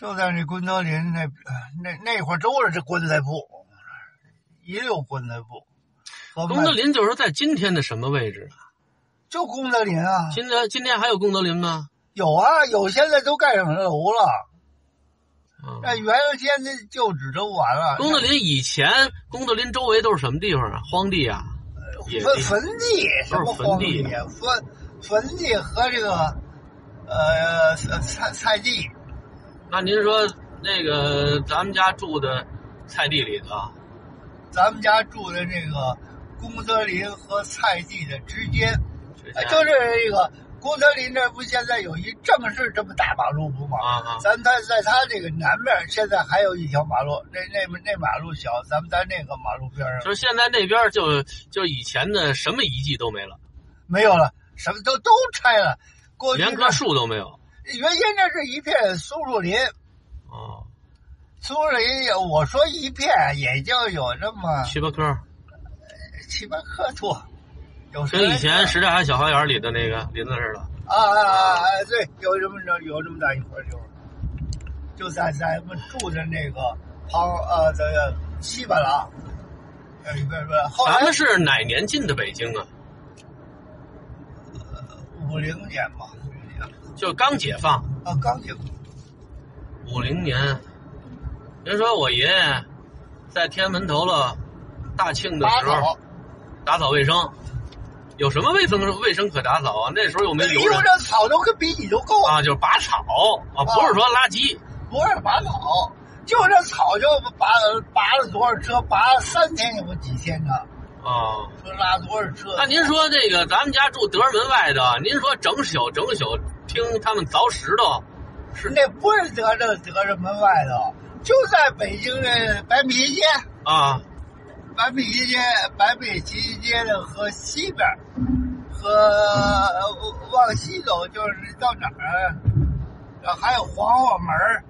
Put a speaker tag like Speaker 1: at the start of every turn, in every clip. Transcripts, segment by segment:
Speaker 1: 就在那棺材林那呃那那块儿都是这棺材铺，一溜棺材铺。我
Speaker 2: 功德
Speaker 1: 们
Speaker 2: 林就是在今天的什么位置？啊
Speaker 1: 就功德林啊，
Speaker 2: 今天今天还有功德林吗？
Speaker 1: 有啊，有现在都盖上楼了。
Speaker 2: 啊，
Speaker 1: 那原先的旧址都完了，
Speaker 2: 功德林以前，功德林周围都是什么地方啊？荒地啊，野
Speaker 1: 坟
Speaker 2: 地。
Speaker 1: 坟地什么荒地啊
Speaker 2: 都是，
Speaker 1: 坟坟地和这个呃菜菜菜地，
Speaker 2: 那您说那个咱们家住的菜地里头啊，
Speaker 1: 咱们家住的这个功德林和菜地的之间，
Speaker 2: 这
Speaker 1: 哎
Speaker 2: 家
Speaker 1: 就是这个功德林这儿不现在有一正是这么大马路不吗？
Speaker 2: 啊啊，
Speaker 1: 咱在在它这个南面儿现在还有一条马路，那那那马路小，咱们在那个马路边上
Speaker 2: 就是现在那边就就以前的什么遗迹都没了，
Speaker 1: 没有了，什么都都拆了。过去
Speaker 2: 连
Speaker 1: 那
Speaker 2: 棵树都没有。
Speaker 1: 原先这是一片松树林，
Speaker 2: 哦，
Speaker 1: 松树林有我说一片也就有这么
Speaker 2: 七八棵，
Speaker 1: 七八棵多，有时候
Speaker 2: 跟以前石家庄小花园里的那个林子似的。
Speaker 1: 啊啊啊啊对，有这么着有这么大一块地方，就在咱们住的那个旁呃这个西半廊，呃不是不是，后
Speaker 2: 咱
Speaker 1: 来
Speaker 2: 们是哪年进的北京啊？
Speaker 1: 五零年嘛，
Speaker 2: 就刚解放
Speaker 1: 啊刚进
Speaker 2: 五零年。您说我爷爷在天安门头了大庆的
Speaker 1: 八
Speaker 2: 时候
Speaker 1: 口，
Speaker 2: 打扫卫生，有什么卫生卫生可打扫啊？那时候又没
Speaker 1: 一
Speaker 2: 有人
Speaker 1: 路这草都跟比你都够
Speaker 2: 啊，就是拔草啊，不是说垃圾
Speaker 1: 不是拔草，就这草就拔拔了多少车，拔了三天有几天呢？
Speaker 2: 啊。
Speaker 1: 说拉多少车？
Speaker 2: 那您说这个咱们家住德胜门外的，您说整宿整宿听他们凿石头，是
Speaker 1: 那不是德胜德胜门外头，就在北京的白米街、
Speaker 2: 啊
Speaker 1: 白米街、白米旗街的和西边儿，和呃往西走就是到哪儿啊？然后还有黄花门儿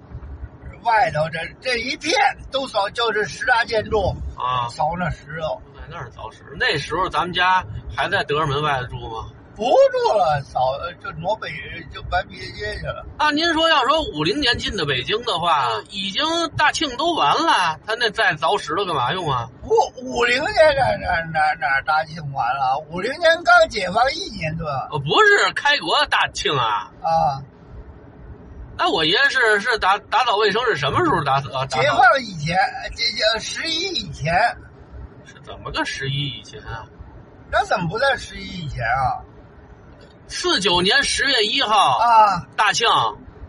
Speaker 1: 外头这这一片都扫，就是十大建筑
Speaker 2: 啊，
Speaker 1: 扫那石头，
Speaker 2: 在那儿凿石。那时候咱们家还在德胜门外头住吗？
Speaker 1: 不住了，扫就挪北就白米街去了。
Speaker 2: 那您说要说五零年进的北京的话，
Speaker 1: 嗯
Speaker 2: 已经大庆都完了，他那再凿石头干嘛用啊？
Speaker 1: 五五零年哪哪哪哪大庆完了？啊五零年刚解放一年多啊
Speaker 2: 哦，不是开国大庆啊。那我爷爷是是打打扫卫生是什么时候打扫？啊打
Speaker 1: 解
Speaker 2: 扫
Speaker 1: 放以前，这这十一以前，
Speaker 2: 是怎么个十一以前啊？
Speaker 1: 那怎么不在十一以前啊？
Speaker 2: 四九年十月一号，
Speaker 1: 啊
Speaker 2: 大庆，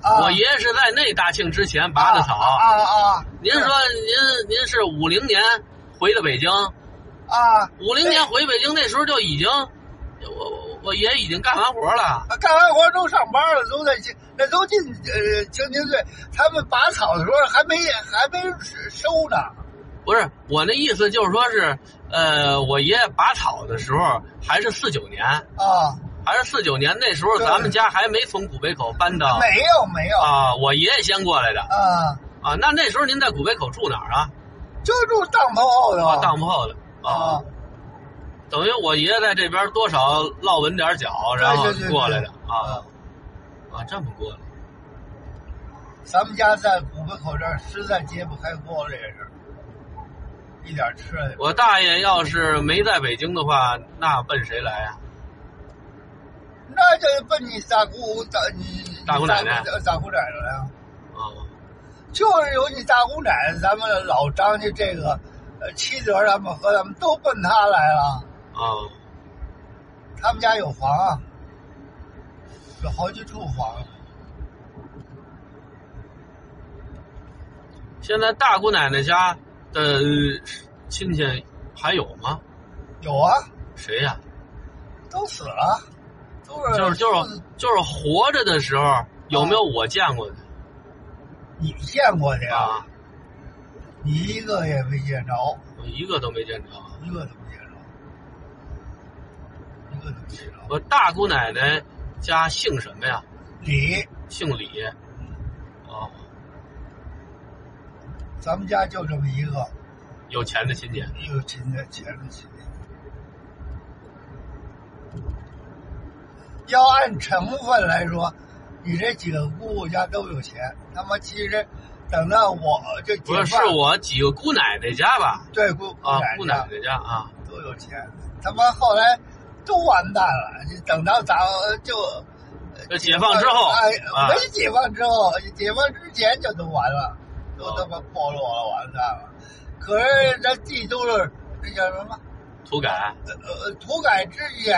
Speaker 1: 啊！
Speaker 2: 我爷爷是在那大庆之前拔的草。
Speaker 1: 啊啊啊！
Speaker 2: 您说您您是五零年回的北京，
Speaker 1: 啊，
Speaker 2: 五零年回北京那时候就已经，我我我爷爷已经干完活了。
Speaker 1: 干完活都上班了，都在清那都进呃青年队，他们拔草的时候还没还没收呢。
Speaker 2: 不是我那意思就是说是，呃，我爷爷拔草的时候还是四九年，
Speaker 1: 啊，
Speaker 2: 还是四九年那时候
Speaker 1: 对
Speaker 2: 咱们家还没从古北口搬到
Speaker 1: 没有没有
Speaker 2: 啊，我爷爷先过来的
Speaker 1: 啊，
Speaker 2: 啊。那那时候您在古北口住哪儿啊？
Speaker 1: 就住当头后头
Speaker 2: 啊，当铺后的啊
Speaker 1: 啊。
Speaker 2: 等于我爷爷在这边多少落稳点脚，
Speaker 1: 对
Speaker 2: 然后
Speaker 1: 对对嗯对
Speaker 2: 过来的啊啊，这么过来
Speaker 1: 咱们家在古门口这儿实在揭不开锅了，也是，一点吃的。
Speaker 2: 我大爷要是没在北京的话，那奔谁来啊？
Speaker 1: 那就奔你大姑大你
Speaker 2: 大姑奶奶
Speaker 1: 大姑大姑奶奶了呀，
Speaker 2: 啊，
Speaker 1: 就是有你大姑奶奶，咱们老张家这个，呃，七德他们和咱们都奔他来了。
Speaker 2: 啊，
Speaker 1: 他们家有房啊，有好几处房。
Speaker 2: 现在大姑奶奶家的亲戚还有吗？
Speaker 1: 有啊，
Speaker 2: 谁呀、
Speaker 1: 都死了，都是
Speaker 2: 就是就是就是活着的时候有啊没有我见过的
Speaker 1: 你见过的呀，
Speaker 2: 啊？
Speaker 1: 你一个也没见着，
Speaker 2: 我一个都没见着啊。
Speaker 1: 一个都没见着，一个都没见着。
Speaker 2: 我大姑奶奶家姓什么呀？
Speaker 1: 李，
Speaker 2: 姓李。哦，
Speaker 1: 咱们家就这么一个，
Speaker 2: 有钱的亲戚。
Speaker 1: 有钱的钱的钱。要按成分来说，你这几个姑姑家都有钱，他妈其实等到我这解
Speaker 2: 不是
Speaker 1: 放，
Speaker 2: 是我几个姑奶奶家吧？
Speaker 1: 对姑
Speaker 2: 啊，
Speaker 1: 奶
Speaker 2: 姑
Speaker 1: 家
Speaker 2: 奶奶家啊，
Speaker 1: 都有钱，他妈后来都完蛋了。你等到咱们就
Speaker 2: 这呃解放之后
Speaker 1: 哎，
Speaker 2: 啊
Speaker 1: 没解放之后，解放之前就都完了，都
Speaker 2: 哦
Speaker 1: 他妈破落了，完蛋了。可是咱地都是那叫什么？
Speaker 2: 土改
Speaker 1: 呃，土改之前，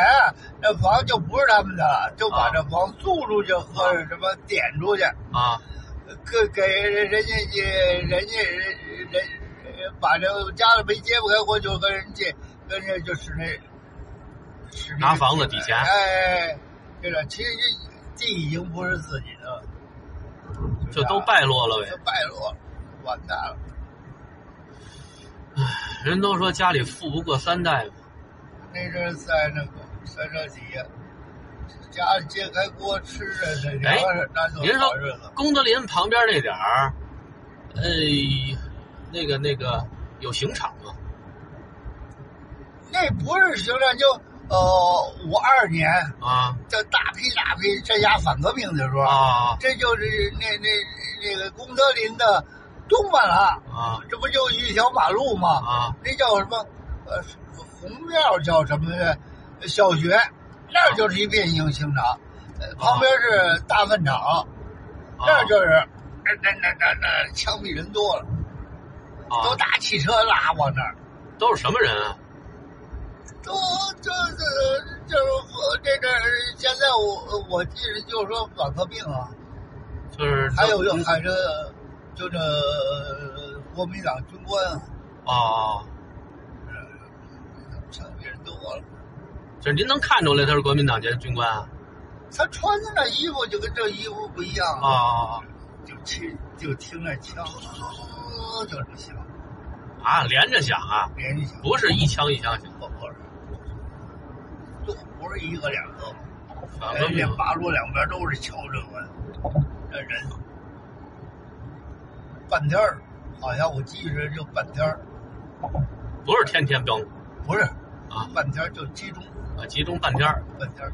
Speaker 1: 这房就不是他们的了，就把
Speaker 2: 啊
Speaker 1: 这房租出去或者什么点出去，
Speaker 2: 啊，
Speaker 1: 给给人人家去，人家人人人把这家里没揭不开锅，就跟人家跟人家就使那使那
Speaker 2: 拿房子抵钱
Speaker 1: 哎，对了，其实这地已经不是自己的了，
Speaker 2: 就都
Speaker 1: 是吧
Speaker 2: 败落了
Speaker 1: 就
Speaker 2: 呗。
Speaker 1: 败落了，完蛋了。
Speaker 2: 人都说家里富不过三代嘛，
Speaker 1: 那阵儿在那个三着底下，家里揭开锅吃着这粮
Speaker 2: 哎
Speaker 1: 食，那
Speaker 2: 您
Speaker 1: 就
Speaker 2: 说
Speaker 1: 好日子。
Speaker 2: 功德林旁边那点儿，呃，那个那个有刑场吗？
Speaker 1: 那不是行政，就呃五二年
Speaker 2: 啊
Speaker 1: 这大批大批镇压反革命的时候，
Speaker 2: 啊
Speaker 1: 这就是那那那个功德林的东边了，
Speaker 2: 啊
Speaker 1: 这不就一条马路吗？
Speaker 2: 啊！
Speaker 1: 那叫什么？呃，红庙叫什么的小学，那儿就是一变形刑场，呃旁边是大粪场。那儿就是那那那那那枪毙人多了，
Speaker 2: 啊
Speaker 1: 都打汽车拉往那儿，
Speaker 2: 都是什么人啊？
Speaker 1: 都这这就是我这这现在我我记着就是说反革命啊，
Speaker 2: 就是
Speaker 1: 还有就还是就这呃国民党军官啊，
Speaker 2: 哦，
Speaker 1: 枪毙人多了，
Speaker 2: 就是您能看出来他是国民党籍军官啊？
Speaker 1: 他穿的那衣服就跟这衣服不一样
Speaker 2: 啊，啊
Speaker 1: 就听就听那枪，呃就这么响，
Speaker 2: 啊啊！连着响啊，
Speaker 1: 连着响，
Speaker 2: 不是一枪一枪响，
Speaker 1: 不不是，都不是一个两个。
Speaker 2: 反革
Speaker 1: 人
Speaker 2: 命
Speaker 1: 家八路两边都是敲这个，这人半天儿，好像我记着就半天儿，
Speaker 2: 不是天天崩
Speaker 1: 不是
Speaker 2: 啊
Speaker 1: 半天儿就集中
Speaker 2: 啊，集中半天儿
Speaker 1: 半天儿，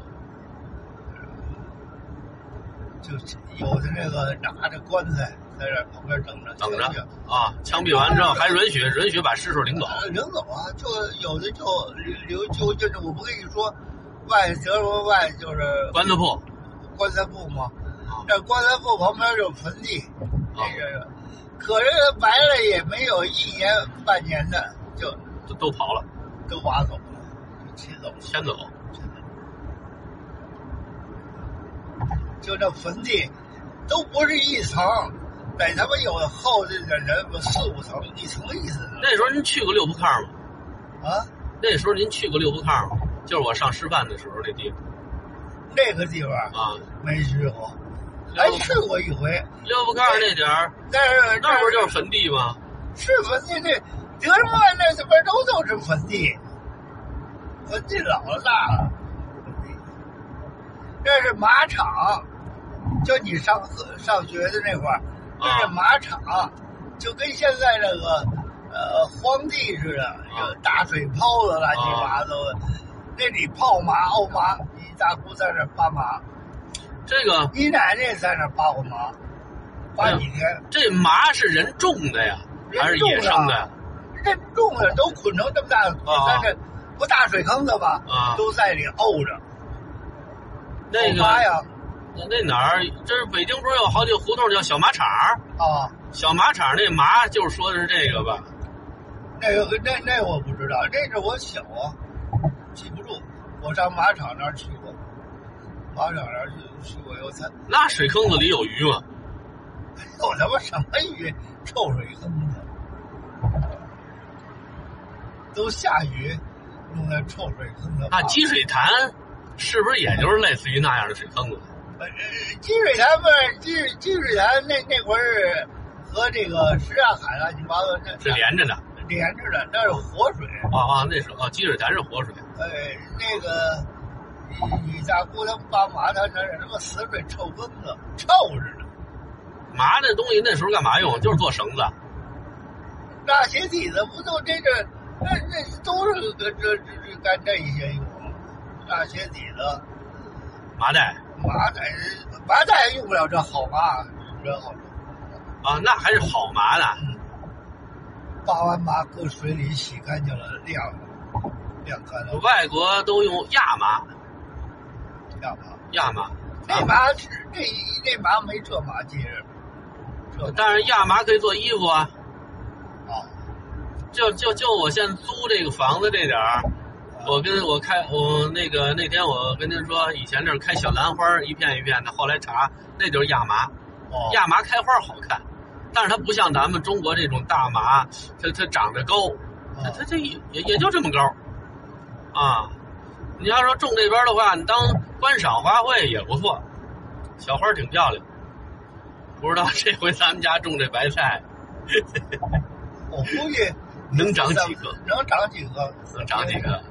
Speaker 1: 就是有的这个拿着棺材在这旁边等着，
Speaker 2: 等着
Speaker 1: 就
Speaker 2: 啊，枪毙完之后还允许允许把尸首领走
Speaker 1: 呃领走啊，就有的就留就就是我不跟你说，外德国外就是
Speaker 2: 棺材铺
Speaker 1: 棺材铺吗
Speaker 2: 啊？
Speaker 1: 这棺材铺旁边有坟地，
Speaker 2: 啊，
Speaker 1: 这个，可是他白了也没有一年半年的，就
Speaker 2: 都都跑了，
Speaker 1: 都挖走了，就迁走了。
Speaker 2: 先走
Speaker 1: 就这坟地，都不是一层，得他妈有厚这个人有四五层，一层一层的
Speaker 2: 那时候您去过六铺炕吗？
Speaker 1: 啊。
Speaker 2: 那时候您去过六铺炕吗？就是我上师范的时候那地方
Speaker 1: 那个地方
Speaker 2: 啊，
Speaker 1: 没去过，还
Speaker 2: 六
Speaker 1: 去过一回，
Speaker 2: 六铺炕那点儿，
Speaker 1: 但是
Speaker 2: 那不是就是坟地吗？
Speaker 1: 是坟地这德胜曼那怎么都都是坟地，坟地老大了，这是马场，就你上课上学的那块儿，这是马场，就跟现在那个呃荒地似的，有大水泡子乱七八糟的，那里泡麻熬麻，你大姑在那儿扒麻，
Speaker 2: 这个
Speaker 1: 你奶奶也在那儿扒过麻，扒几天。
Speaker 2: 这麻是人种的呀，还是野生的呀？
Speaker 1: 这种的都捆成这么大，咱这不大水坑的吧？
Speaker 2: 啊
Speaker 1: 都在里沤着。
Speaker 2: 那个
Speaker 1: 妈呀！
Speaker 2: 那那哪儿？这是北京不是有好几个胡同叫小马场儿？
Speaker 1: 啊，
Speaker 2: 小马场儿那麻就是说的是这个吧？
Speaker 1: 那个那那我不知道，那是我小啊，记不住。我上马场那儿去过，马场那儿去去过有餐，
Speaker 2: 那水坑子里有鱼吗？
Speaker 1: 有他妈什么鱼，臭水坑的，都下雨，弄那臭水坑的。
Speaker 2: 那积水潭是不是也就是类似于那样的水坑子？
Speaker 1: 呃，积水潭不是积水积水潭那那会儿和这个什刹海乱七八糟那
Speaker 2: 是连着的啊
Speaker 1: 连着的，那是活水。
Speaker 2: 啊！那是啊，积水潭是活水
Speaker 1: 呃，那个你你大姑她爸妈她那是他妈死水臭根子，臭着呢。
Speaker 2: 麻那东西那时候干嘛用？就是做绳子
Speaker 1: 那些底子不都这这那那都是跟这这这干这一些用，那些底子
Speaker 2: 麻袋
Speaker 1: 麻袋麻袋也用不了这好麻，真好
Speaker 2: 啊，那还是好麻呢。
Speaker 1: 扒完麻搁水里洗干净了，晾晾干了，
Speaker 2: 外国都用亚麻，
Speaker 1: 晾麻。
Speaker 2: 亚麻。
Speaker 1: 那麻是那那麻没这麻劲儿，这
Speaker 2: 啊但是亚麻可以做衣服啊。
Speaker 1: 啊，
Speaker 2: 就就就我现在租这个房子这点儿，我跟我开我那个那天我跟您说，以前这儿开小兰花儿一片一片的，后来查那就是亚麻，
Speaker 1: 哦，
Speaker 2: 亚麻开花儿好看，但是它不像咱们中国这种大麻，它它长得高，它它
Speaker 1: 啊
Speaker 2: 它也也也就这么高，啊，你要说种这边的话，你当观赏花卉也不错，小花儿挺漂亮。不知道这回咱们家种这白菜
Speaker 1: 我估计
Speaker 2: 能长几个？
Speaker 1: 能长几个？
Speaker 2: 能长几个？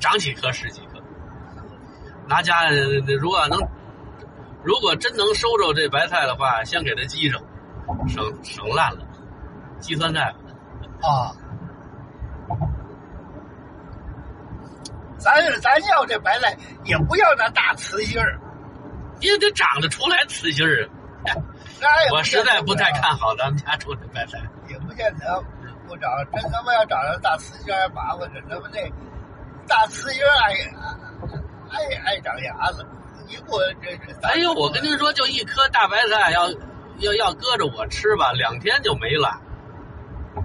Speaker 2: 长几棵是几棵？拿家呃如果能，如果真能收着这白菜的话，先给它积上，省省烂了，积酸菜。
Speaker 1: 啊？咱咱要这白菜，也不要那大瓷心儿，
Speaker 2: 因为它长得出来瓷心儿啊，
Speaker 1: 那也
Speaker 2: 我实在不
Speaker 1: 不见
Speaker 2: 太
Speaker 1: 得啊
Speaker 2: 看好咱们家种这白菜。
Speaker 1: 也不见得不长，真他妈要长成大瓷心儿还麻烦着，他妈这大瓷心儿爱爱爱长牙子。你给我这这，
Speaker 2: 哎呦，我跟您说，就一颗大白菜要要要搁着我吃吧，两天就没了。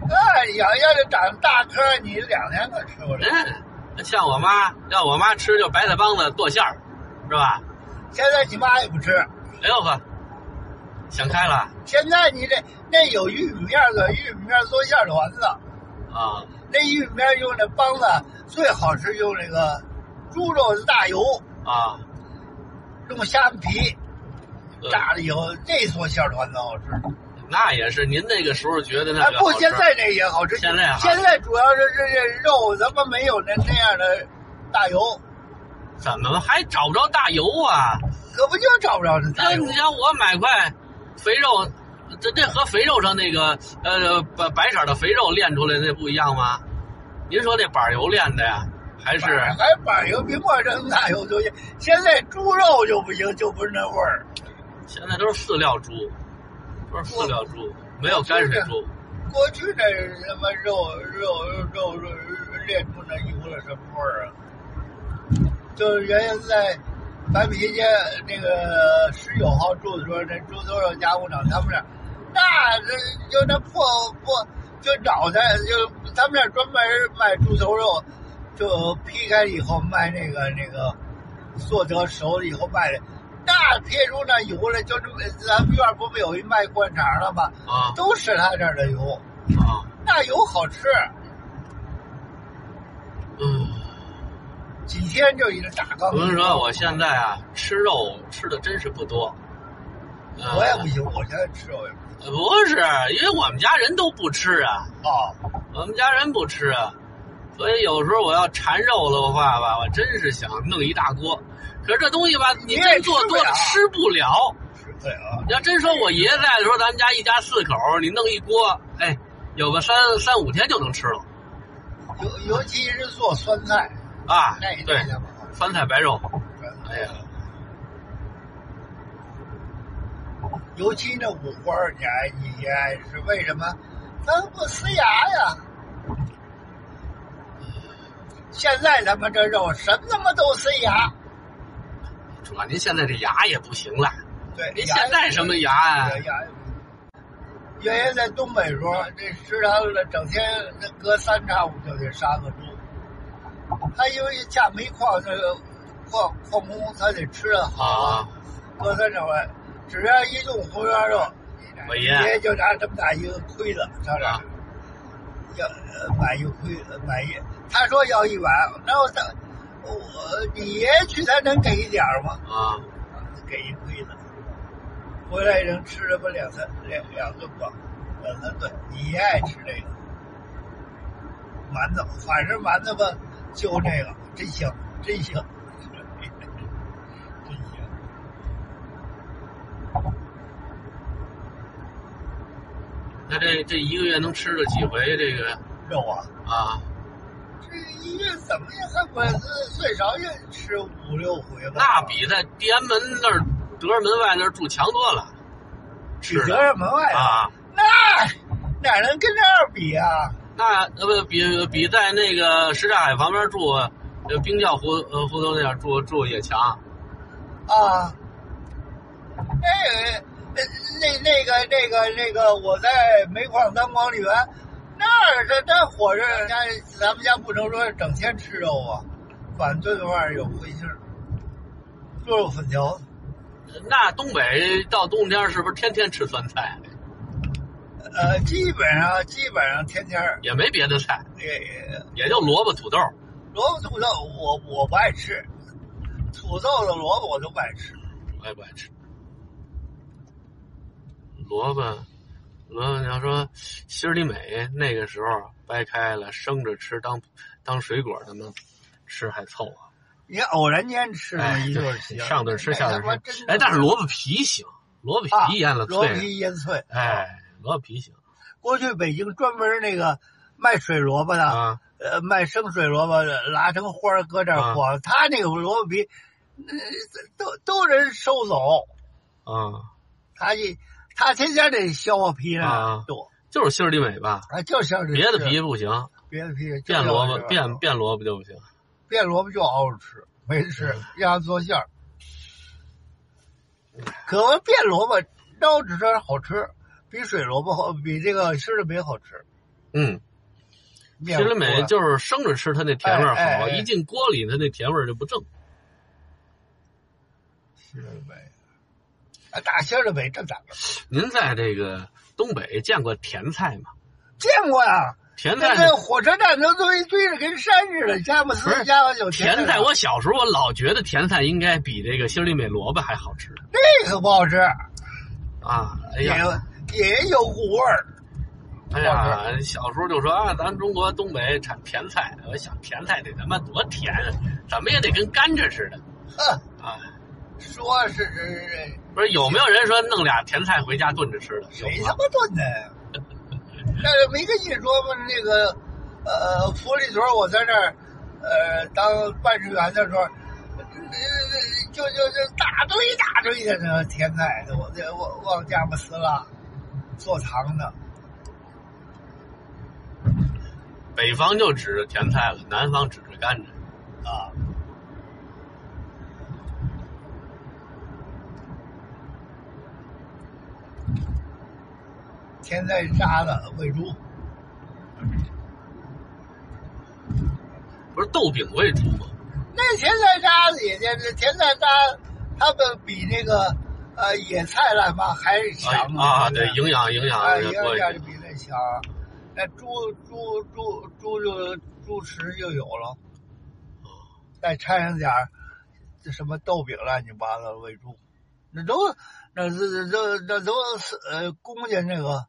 Speaker 1: 那要哎要是长大颗儿，你两天可吃不了。
Speaker 2: 嗯，像我妈，要我妈吃就白菜帮子剁馅儿，是吧？
Speaker 1: 现在你妈也不吃，
Speaker 2: 哎呦呵，想开了
Speaker 1: 现在你这那有玉米面儿的，玉米面儿做馅儿团子，
Speaker 2: 啊！
Speaker 1: 那玉米面儿用那帮子最好是用那个猪肉的大油，
Speaker 2: 啊，
Speaker 1: 用虾皮
Speaker 2: 呃
Speaker 1: 炸了以后，这做馅儿团子好吃。
Speaker 2: 那也是您那个时候觉得那
Speaker 1: 哎，
Speaker 2: 个
Speaker 1: 不，
Speaker 2: 好吃
Speaker 1: 现在这也好吃。
Speaker 2: 现在好
Speaker 1: 现在主要是这这肉咱们没有那那样的大油，
Speaker 2: 怎么还找不着大油啊？
Speaker 1: 可不就找不着这大
Speaker 2: 那
Speaker 1: 油
Speaker 2: 你像我买块肥肉，这这和肥肉上那个呃白白色的肥肉炼出来那不一样吗？您说那板油炼的呀，还是
Speaker 1: 板还板油，别管这么大油东西。现在猪肉就不行，就不是那味儿。
Speaker 2: 现在都是饲料猪，都是饲料猪，没有泔水猪。
Speaker 1: 过去那什么肉肉肉肉炼出那油了什么味儿啊？就是原先在白皮街那个十九号住的时候，那猪头肉加工厂他们那儿，那这就那破破就脑袋就他们那儿专门卖猪头肉，就劈开以后卖那个那个做得熟了以后卖的，那撇出那油来，就是咱们院儿不没有一卖灌肠的吗？
Speaker 2: 啊
Speaker 1: 都是他这儿的油，
Speaker 2: 啊，
Speaker 1: 那油好吃，
Speaker 2: 嗯，
Speaker 1: 几天就一个大缸
Speaker 2: 我。跟你说，我现在啊吃肉吃的真是不多。呃
Speaker 1: 我也不行，我现在吃我也不
Speaker 2: 呃不是，因为我们家人都不吃啊。
Speaker 1: 啊，
Speaker 2: 我们家人不吃，啊，所以有时候我要馋肉的话吧，我真是想弄一大锅。可是这东西吧，
Speaker 1: 你
Speaker 2: 你
Speaker 1: 也
Speaker 2: 真做
Speaker 1: 吃不
Speaker 2: 多了
Speaker 1: 了
Speaker 2: 吃不了。
Speaker 1: 吃对啊，
Speaker 2: 你要真说我爷爷在的时候，咱们家一家四口，你弄一锅，哎，有个三三五天就能吃了
Speaker 1: 尤尤其是做酸菜，
Speaker 2: 啊
Speaker 1: 那一。
Speaker 2: 对
Speaker 1: 代，就不好
Speaker 2: 酸菜白肉，
Speaker 1: 吃。
Speaker 2: 哎呀，
Speaker 1: 尤其那五花儿，你爱你你爱吃，为什么？咱不呲牙呀。现在咱们这肉什么他妈都呲牙，
Speaker 2: 主要您现在这牙也不行了，
Speaker 1: 对，
Speaker 2: 您
Speaker 1: 牙
Speaker 2: 现在什么牙啊？
Speaker 1: 也牙也不原先在东北时候，这食堂里整天那隔三差五就得杀个猪。他因为下煤矿那个矿矿工，他得吃的好
Speaker 2: 啊，，
Speaker 1: 隔三差五，只要一动红烧肉，
Speaker 2: 我爷
Speaker 1: 爷爷就拿这么大一个盔子上这儿，要呃买一个盔子，买一，他说要一碗，然后他我你爷爷去他能给一点儿吗？
Speaker 2: 啊，
Speaker 1: 给一堆子，回来人吃了不两三两两顿吧，两三顿。你也爱吃这个馒头，反正馒头吧，就这个真香，真香，真香。
Speaker 2: 那这这一个月能吃了几回这个
Speaker 1: 肉啊，
Speaker 2: 啊？
Speaker 1: 这一月怎么也恨不得最少也吃五六回吧。
Speaker 2: 那比在地安门那儿德胜门外那儿住强多了，
Speaker 1: 比
Speaker 2: 吃
Speaker 1: 德
Speaker 2: 的
Speaker 1: 胜门外
Speaker 2: 啊，
Speaker 1: 那哪能跟这儿比啊？
Speaker 2: 那呃不比比在那个什刹海旁边住，呃冰窖胡呃胡同那样住住也强。
Speaker 1: 啊，那那那那个那个那个，我在煤矿当管理员，那儿那那伙食，那咱们家不能说整天吃肉啊，反正这玩意儿有荤腥儿，做肉粉条，
Speaker 2: 那东北到冬天是不是天天吃酸菜？
Speaker 1: 呃，基本上基本上天天儿，
Speaker 2: 也没别的菜，
Speaker 1: 也
Speaker 2: 也就萝卜土豆。
Speaker 1: 萝卜土豆我我不爱吃，土豆的萝卜我都不爱吃，
Speaker 2: 我也不爱吃。萝卜，萝卜，你要说心里美，那个时候掰开了生着吃当当水果的呢，吃还凑合、
Speaker 1: 你偶然间吃那么
Speaker 2: 哎，
Speaker 1: 一
Speaker 2: 对
Speaker 1: 顿行，，
Speaker 2: 上顿吃下
Speaker 1: 哎他妈
Speaker 2: 顿吃。
Speaker 1: 真的
Speaker 2: 哎，但是萝卜皮行，萝卜
Speaker 1: 啊
Speaker 2: 皮腌了
Speaker 1: 萝卜
Speaker 2: 脆了，
Speaker 1: 皮腌脆，
Speaker 2: 哎，萝卜皮行
Speaker 1: 过去北京专门那个卖水萝卜的，
Speaker 2: 啊。
Speaker 1: 呃，卖生水萝卜的拉成花儿搁这儿和，他那个萝卜皮，呃都都人收走，
Speaker 2: 啊，
Speaker 1: 他一他天天得削我皮呢
Speaker 2: 啊，
Speaker 1: 剁，
Speaker 2: 就是心里美吧，
Speaker 1: 啊，就削这
Speaker 2: 别的
Speaker 1: 吃
Speaker 2: 皮不行，
Speaker 1: 别的皮就
Speaker 2: 变
Speaker 1: 削
Speaker 2: 萝
Speaker 1: 这
Speaker 2: 卜
Speaker 1: 个
Speaker 2: 变变萝卜就不行。
Speaker 1: 变萝卜就熬着吃，没吃
Speaker 2: 嗯
Speaker 1: 让他做馅儿。可我变萝卜捞着吃好吃，比水萝卜好，比这个心里梅好吃。
Speaker 2: 嗯，
Speaker 1: 面
Speaker 2: 心里
Speaker 1: 糊啊
Speaker 2: 美就是生着吃它那甜味儿好，
Speaker 1: 哎哎哎
Speaker 2: 一进锅里它那甜味儿就不正。
Speaker 1: 西儿北，啊，大西儿北这咋了？
Speaker 2: 您在这个东北见过甜菜吗？
Speaker 1: 见过呀，
Speaker 2: 甜
Speaker 1: 那
Speaker 2: 菜
Speaker 1: 个
Speaker 2: 呢，
Speaker 1: 火车站都堆堆着跟山似的，佳木
Speaker 2: 不
Speaker 1: 斯、
Speaker 2: 是
Speaker 1: 加完酒
Speaker 2: 甜菜，我小时候我老觉得甜菜应该比这个心里美萝卜还好吃
Speaker 1: 那可不好吃，
Speaker 2: 啊！哎
Speaker 1: 也
Speaker 2: 呀，
Speaker 1: 也有股味儿。
Speaker 2: 哎
Speaker 1: 好
Speaker 2: 呀，小时候就说啊，咱中国东北产甜菜，我想甜菜得他妈多甜，啊怎么也得跟甘蔗似的
Speaker 1: 哼，
Speaker 2: 啊！
Speaker 1: 说是是
Speaker 2: 不是有没有人说弄俩甜菜回家炖着吃的？
Speaker 1: 是，
Speaker 2: 有
Speaker 1: 谁他
Speaker 2: 吗？
Speaker 1: 妈炖的呀？但是没跟你说吗？那个呃，福利屯我在那儿呃当办事员的时候。呃就就就大堆大堆的那个甜菜，我这我往佳木斯了，做糖的。
Speaker 2: 北方就指着甜菜了，南方指着甘蔗。
Speaker 1: 啊。甜菜渣子喂猪，
Speaker 2: 不是豆饼我也煮过，
Speaker 1: 那甜菜渣子也就是甜菜渣，它们比那个呃野菜烂吧还是
Speaker 2: 哎
Speaker 1: 强
Speaker 2: 啊，
Speaker 1: 对
Speaker 2: 对，营养营养
Speaker 1: 哎，
Speaker 2: 也
Speaker 1: 营
Speaker 2: 多一
Speaker 1: 养
Speaker 2: 点
Speaker 1: 就比那强。那猪猪猪猪就猪食就有了，
Speaker 2: 哦
Speaker 1: 再掺上点儿这什么豆饼乱七八糟的喂猪，那都那这这那都是呃公家那个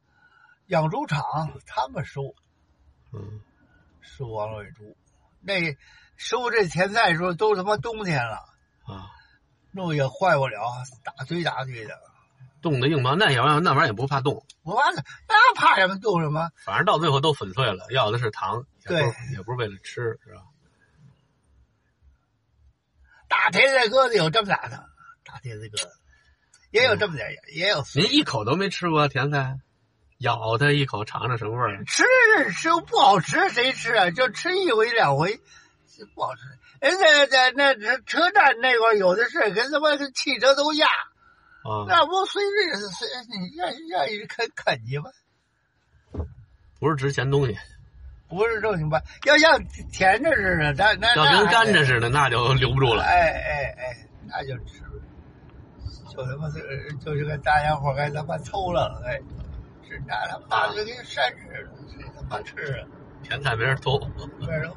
Speaker 1: 养猪场他们收
Speaker 2: 嗯，
Speaker 1: 收完了喂猪，那收这甜菜的时候都他妈冬天了，
Speaker 2: 啊。
Speaker 1: 弄也坏不了，大堆大堆的，
Speaker 2: 冻得硬邦，那也玩意儿那玩意儿也不怕冻，
Speaker 1: 我完了那怕什么冻什么。
Speaker 2: 反正到最后都粉碎了，要的是糖，也不是
Speaker 1: 对
Speaker 2: 也不是为了吃，是吧？
Speaker 1: 大铁子疙瘩有这么大的，大铁子疙瘩也有这么点，也有
Speaker 2: 您一口都没吃过甜菜，咬它一口尝尝什么味儿？
Speaker 1: 吃吃不好吃谁吃啊？就吃一回两回，不好吃。人家在那车车站那块儿有的是，跟他妈的汽车都压，
Speaker 2: 啊，
Speaker 1: 那不随便随哎你让让人啃啃去吧，
Speaker 2: 不是值钱东西，
Speaker 1: 不是正经吧？要像甜着似的，那 那
Speaker 2: 要
Speaker 1: 那
Speaker 2: 跟甘
Speaker 1: 还得
Speaker 2: 蔗似的，那就留不住了。
Speaker 1: 哎哎哎，那就吃了，就他妈是就是跟大家伙儿该他妈偷了，哎，是拿他妈的跟山似的，谁他妈吃啊？
Speaker 2: 甜菜没人偷，
Speaker 1: 这人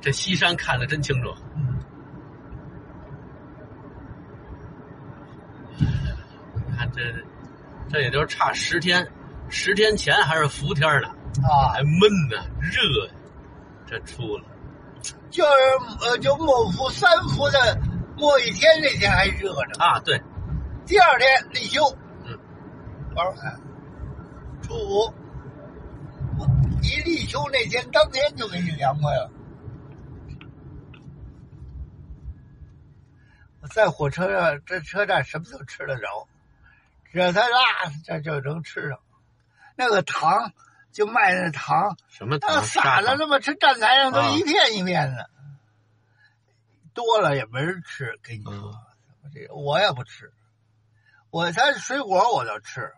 Speaker 2: 这西山看得真清楚。嗯你看这，这也就是差十天，十天前还是伏天呢，
Speaker 1: 啊
Speaker 2: 还，闷呢，热呀，这出了。
Speaker 1: 就是呃，就莫伏三伏的末一天那天还热着，
Speaker 2: 啊，对，
Speaker 1: 第二天立休，
Speaker 2: 嗯，
Speaker 1: 玩完，哎初五，一立休那天当天就给你凉快了。我在火车上，这车站什么都吃得着，只要它辣，这就能吃上。那个糖就卖那糖，
Speaker 2: 什么
Speaker 1: 那
Speaker 2: 糖
Speaker 1: 撒
Speaker 2: 砂
Speaker 1: 的
Speaker 2: 糖
Speaker 1: 那么吃，站台上都
Speaker 2: 啊
Speaker 1: 一片一片的，多了也没人吃。跟你说
Speaker 2: 嗯，
Speaker 1: 这我也不吃，我它水果我都吃。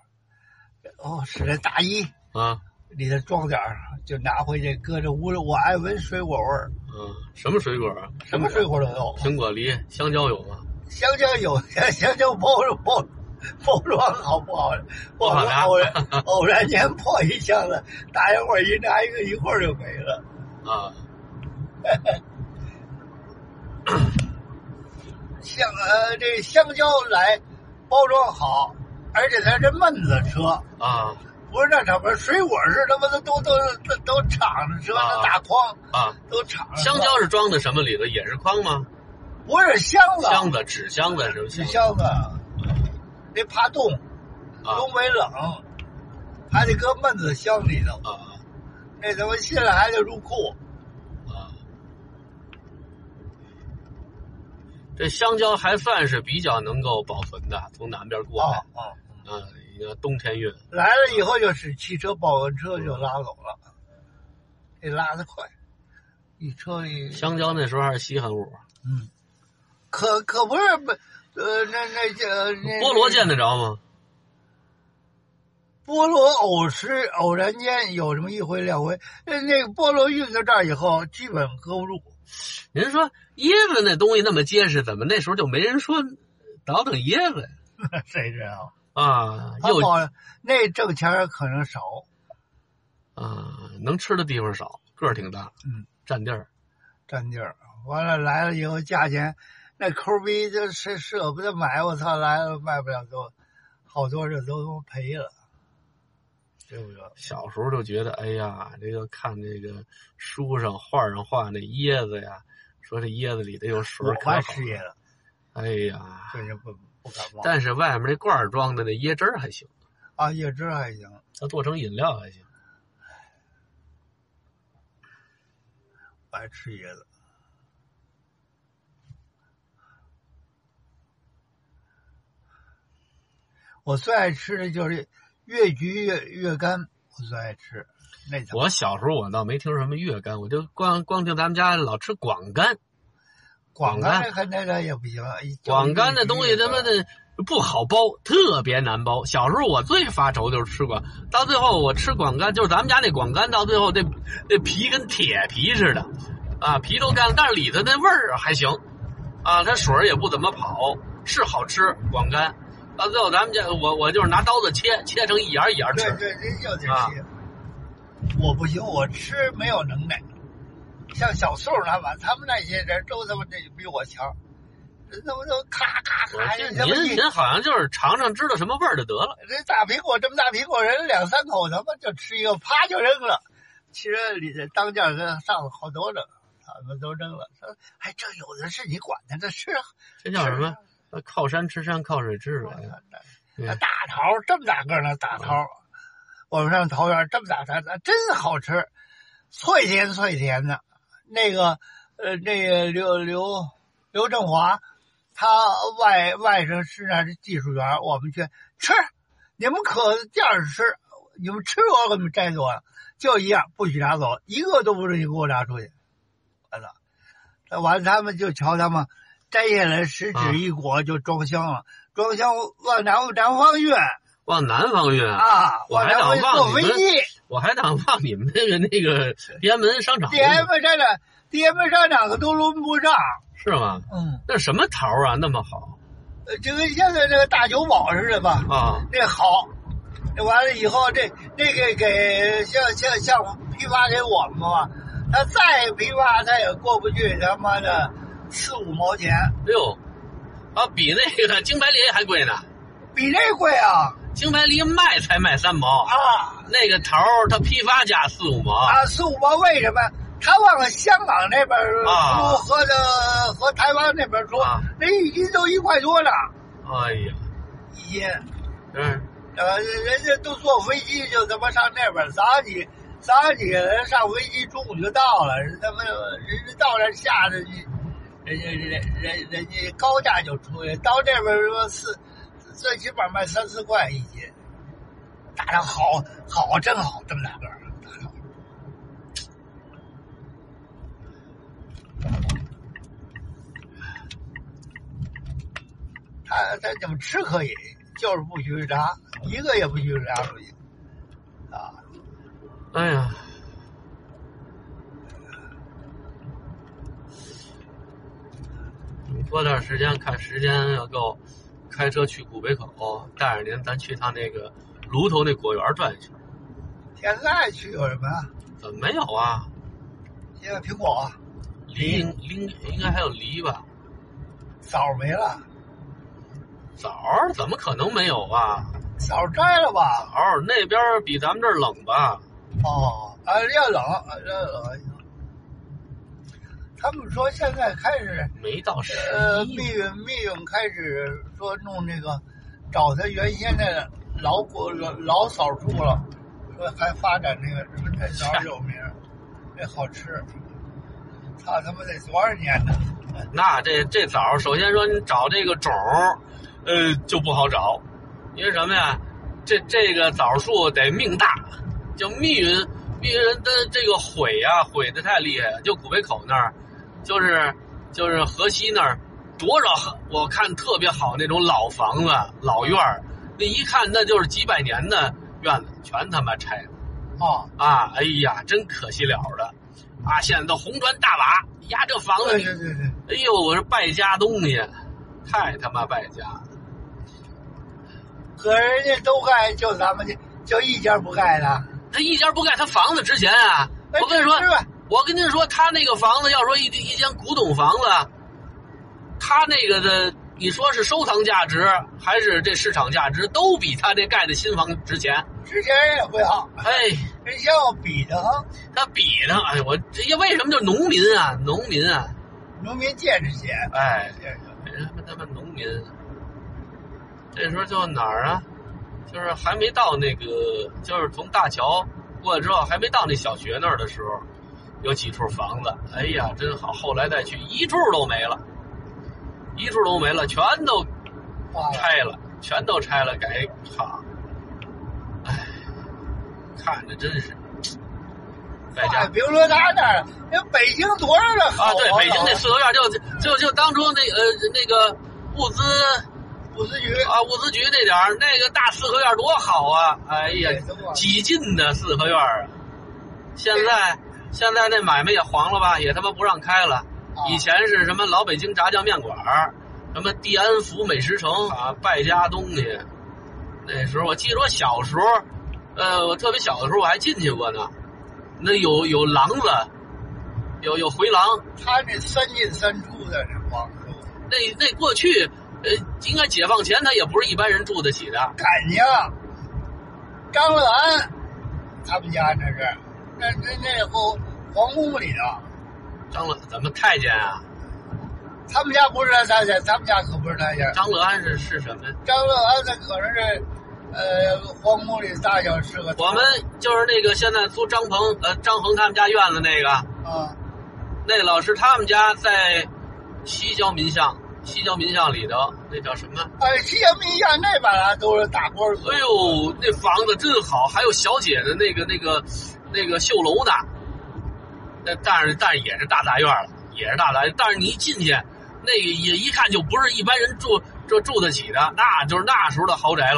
Speaker 1: 哦，使那大衣
Speaker 2: 啊，
Speaker 1: 里头装点儿，就拿回去搁这屋里。我爱闻水果味儿，
Speaker 2: 嗯，什么水果啊？
Speaker 1: 什么水果都有。
Speaker 2: 苹果、梨、香蕉有吗？
Speaker 1: 香蕉有，香蕉包包包装好不好？
Speaker 2: 不好拿
Speaker 1: 偶然偶然间破一箱子，大家伙儿一拿一个，一会儿就没了。
Speaker 2: 啊，
Speaker 1: 香呃，这香蕉来包装好，而且它是闷子车，
Speaker 2: 啊
Speaker 1: 不是那什么水果是他妈的都都都都敞着车，
Speaker 2: 啊
Speaker 1: 那大筐
Speaker 2: 啊！
Speaker 1: 都敞着车。
Speaker 2: 香蕉是装的什么里头？也是筐吗？
Speaker 1: 不是箱子，
Speaker 2: 箱子、纸箱子什么
Speaker 1: 是
Speaker 2: 箱
Speaker 1: 箱
Speaker 2: 子？
Speaker 1: 子，那怕冻，
Speaker 2: 啊
Speaker 1: 东北冷，还得搁闷子箱里头。
Speaker 2: 啊
Speaker 1: 那他妈现在还得入库，
Speaker 2: 啊！这香蕉还算是比较能够保存的，从南边过来，
Speaker 1: 啊啊！
Speaker 2: 啊，一个冬天运，
Speaker 1: 来了以后就是汽车抱完车就拉走了，这拉得快，一车一
Speaker 2: 香蕉那时候还是稀罕物，
Speaker 1: 嗯，可可不是不呃那那这那
Speaker 2: 菠萝见得着吗？
Speaker 1: 菠萝偶是偶然间有这么一回两回，那那个菠萝运到这儿以后基本搁不住，
Speaker 2: 您说椰子那东西那么结实，怎么那时候就没人说倒腾椰子呀
Speaker 1: 谁知道？
Speaker 2: 啊？
Speaker 1: 他
Speaker 2: 又
Speaker 1: 保那挣钱儿可能少，
Speaker 2: 啊，能吃的地方少，个儿挺大，
Speaker 1: 嗯，
Speaker 2: 占地儿
Speaker 1: 占地儿。完了来了以后，价钱那抠逼就是舍不得买，我操，来了卖不了多，好多这都他妈赔了，对不对？
Speaker 2: 小时候就觉得，哎呀，这个看这个书上画上画那椰子呀，说这椰子里头有水
Speaker 1: 我
Speaker 2: 儿，可好
Speaker 1: 怕
Speaker 2: 了
Speaker 1: 失业。了，
Speaker 2: 哎呀，
Speaker 1: 所以就不不感冒。
Speaker 2: 但是外面那罐儿装的那椰汁儿还行，
Speaker 1: 啊，叶芝还行，
Speaker 2: 它做成饮料还行。
Speaker 1: 我爱吃椰子。我最爱吃的就是越橘越越干，我最爱吃那叫
Speaker 2: 我小时候我倒没听说什么月干，我就光光听咱们家老吃广干，
Speaker 1: 广
Speaker 2: 干
Speaker 1: 干那个那个也不行，啊一
Speaker 2: 广干那东西他妈，的不好包，特别难包。小时候我最发愁就是吃广，到最后我吃广干，就是咱们家那广干，到最后那那皮跟铁皮似的，啊，皮都干了，但是里头那味儿还行，啊，它水儿也不怎么跑，是好吃广干。到最后咱们家我我就是拿刀子切，切成一眼儿一眼儿
Speaker 1: 对
Speaker 2: 吃，
Speaker 1: 对，这就得
Speaker 2: 啊
Speaker 1: 吃。我不行，我吃没有能耐。像小宋他们，他们那些人都他妈这比我强，人他妈都咔咔
Speaker 2: 我
Speaker 1: 咔，
Speaker 2: 记得
Speaker 1: 他妈
Speaker 2: 您
Speaker 1: 一
Speaker 2: 您好像就是尝尝知道什么味儿就得了
Speaker 1: 这大苹果这么大苹果，人两三口他妈就吃一个，啪就扔了。其实里头当间跟上了好多呢，他们都扔了。说，哎，这有的是你管他，这是啊
Speaker 2: 这叫什么？呃靠山吃山，靠水吃水。啊对
Speaker 1: 啊那大桃这么大个儿呢，大桃，我们上桃园这么大桃，那真好吃，脆甜脆甜的。那个呃，那个刘刘刘振华，他外外甥是那是技术员，我们去吃，你们可劲儿吃，你们吃我给你们摘走啊，就一样不许拿走，一个都不准你给我拿出去。完了，那完了他们就瞧他们摘下来十
Speaker 2: 啊
Speaker 1: 指一裹就装箱了，装箱往南南方运
Speaker 2: 往南方运啊！
Speaker 1: 啊，
Speaker 2: 我
Speaker 1: 往
Speaker 2: 还
Speaker 1: 南方
Speaker 2: 想
Speaker 1: 运
Speaker 2: 忘
Speaker 1: 做
Speaker 2: 你
Speaker 1: 唯
Speaker 2: 们
Speaker 1: 一。
Speaker 2: 我还想往你们那个那个天安门商场运
Speaker 1: 铁门山长，铁门山长可都轮不上。
Speaker 2: 是吗？
Speaker 1: 嗯，
Speaker 2: 那什么桃啊，那么好
Speaker 1: 就跟现在呃这个大酒保似的吧，
Speaker 2: 啊？
Speaker 1: 这好。这完了以后，这这个给像像像批发给我们嘛，他再批发他也过不去他妈的四五毛钱，
Speaker 2: 哎呦，啊，比那个京白梨还贵呢！
Speaker 1: 比这贵啊
Speaker 2: 京白梨卖才卖三毛，
Speaker 1: 啊
Speaker 2: 那个桃儿它批发价四五毛。
Speaker 1: 啊！四五毛为什么？他往香港那边出
Speaker 2: 啊
Speaker 1: 和的和台湾那边出
Speaker 2: 啊，
Speaker 1: 那一斤都一块多呢，
Speaker 2: 哎呀，
Speaker 1: 一斤。
Speaker 2: 嗯，
Speaker 1: 呃，人家都坐飞机就他妈上那边儿，早你早你人上飞机中午就到了，人他妈人家到那儿下着你，人家人家人人家高价就出去，到这边说四，最起码卖三四块一斤，打的好好真好，这么大个儿，打的好。他他怎么吃可以，就是不许是炸，一个也不许是炸出去，啊，
Speaker 2: 哎呀，过段时间看时间要够，开车去古北口，带着您咱去趟那个芦头那果园转一圈。
Speaker 1: 现在去有什么？
Speaker 2: 怎么没有啊？
Speaker 1: 现在苹果
Speaker 2: 梨应应应该还有梨吧？
Speaker 1: 枣没了，
Speaker 2: 枣儿怎么可能没有啊？
Speaker 1: 枣摘了
Speaker 2: 枣
Speaker 1: 吧？
Speaker 2: 儿那边儿比咱们这儿冷吧？
Speaker 1: 哦，啊，要冷，啊要冷。他们说现在开始，
Speaker 2: 没到十
Speaker 1: 呃，
Speaker 2: 一
Speaker 1: 密云密云开始说弄那个，找他原先的老果老老枣树了，说还发展那个什么这枣有名，这好吃。他他妈得多少年呢？
Speaker 2: 那这这枣儿，首先说你找这个种儿，呃，就不好找，因为什么呀？这这个枣儿树得命大，就密云密云的这个毁呀、毁的太厉害了。就古北口那儿，就是就是河西那儿，多少我看特别好那种老房子、老院儿，那一看那就是几百年的院子，全他妈拆了。
Speaker 1: 啊，
Speaker 2: 啊，哎呀，真可惜了的，啊，现在都红砖大瓦，呀，这房子
Speaker 1: 对
Speaker 2: 你
Speaker 1: 对对对，
Speaker 2: 哎呦，我这败家东西，太他妈败家了！
Speaker 1: 可人家都盖，就咱们这就一家不盖的。
Speaker 2: 他一家不盖他房子之前啊，
Speaker 1: 哎
Speaker 2: 我跟你说
Speaker 1: 是，吧？
Speaker 2: 我跟您说，他那个房子要说一一间古董房子，他那个的，你说是收藏价值还是这市场价值，都比他这盖的新房值钱。
Speaker 1: 之前人也不要，
Speaker 2: 哎，
Speaker 1: 人嫌我比的哈，
Speaker 2: 他比呢，哎，我这为什么就是农民啊，农民啊，
Speaker 1: 农民见识些，
Speaker 2: 哎，
Speaker 1: 见识
Speaker 2: 人他妈他妈农民，这时候就哪儿啊？就是还没到那个，就是从大桥过来之后，还没到那小学那儿的时候，有几处房子，哎呀，真好。后来再去，一处都没了，一处都没了，全都
Speaker 1: 哇，
Speaker 2: 拆了，全都拆了，改好。哎，看着真是，在家
Speaker 1: 哎别说他那儿，那北京多少的好
Speaker 2: 啊，对，北京那
Speaker 1: 那
Speaker 2: 四合院就就就当初那呃那个物资。
Speaker 1: 五十局，
Speaker 2: 啊，物资局那点儿那个大四合院多好啊！哎呀，几进的四合院啊！现在现在那买卖也黄了吧，也他妈不让开了。
Speaker 1: 啊
Speaker 2: 以前是什么老北京炸酱面馆儿，什么地安福美食城啊，败家东西。那时候我记着我小时候，呃，我特别小的时候我还进去过呢。那有有廊子，有有回廊，
Speaker 1: 他那三进三出的那房子，
Speaker 2: 那那过去呃，应该解放前他也不是一般人住得起的。
Speaker 1: 赶家，张兰，他们家那是，那那那后皇宫里头，
Speaker 2: 张乐，咱们太监啊，
Speaker 1: 他们家不是他家，咱们家可不是他家，
Speaker 2: 张乐安是是什么？呀？
Speaker 1: 张乐安那可能是，呃，皇宫里大小是个头，
Speaker 2: 我们就是那个现在租张鹏呃张恒他们家院子那个，
Speaker 1: 啊，
Speaker 2: 那老师他们家在西郊民巷，西郊民巷里头那叫什么？
Speaker 1: 哎，西洋民巷那把来都是大官儿族
Speaker 2: 哎呦，那房子真好，还有小姐的那个那个那个绣楼呢。那但是但是也是大杂院了，也是大杂，但是你一进去，那个也一看就不是一般人住住住得起的，那就是那时候的豪宅了。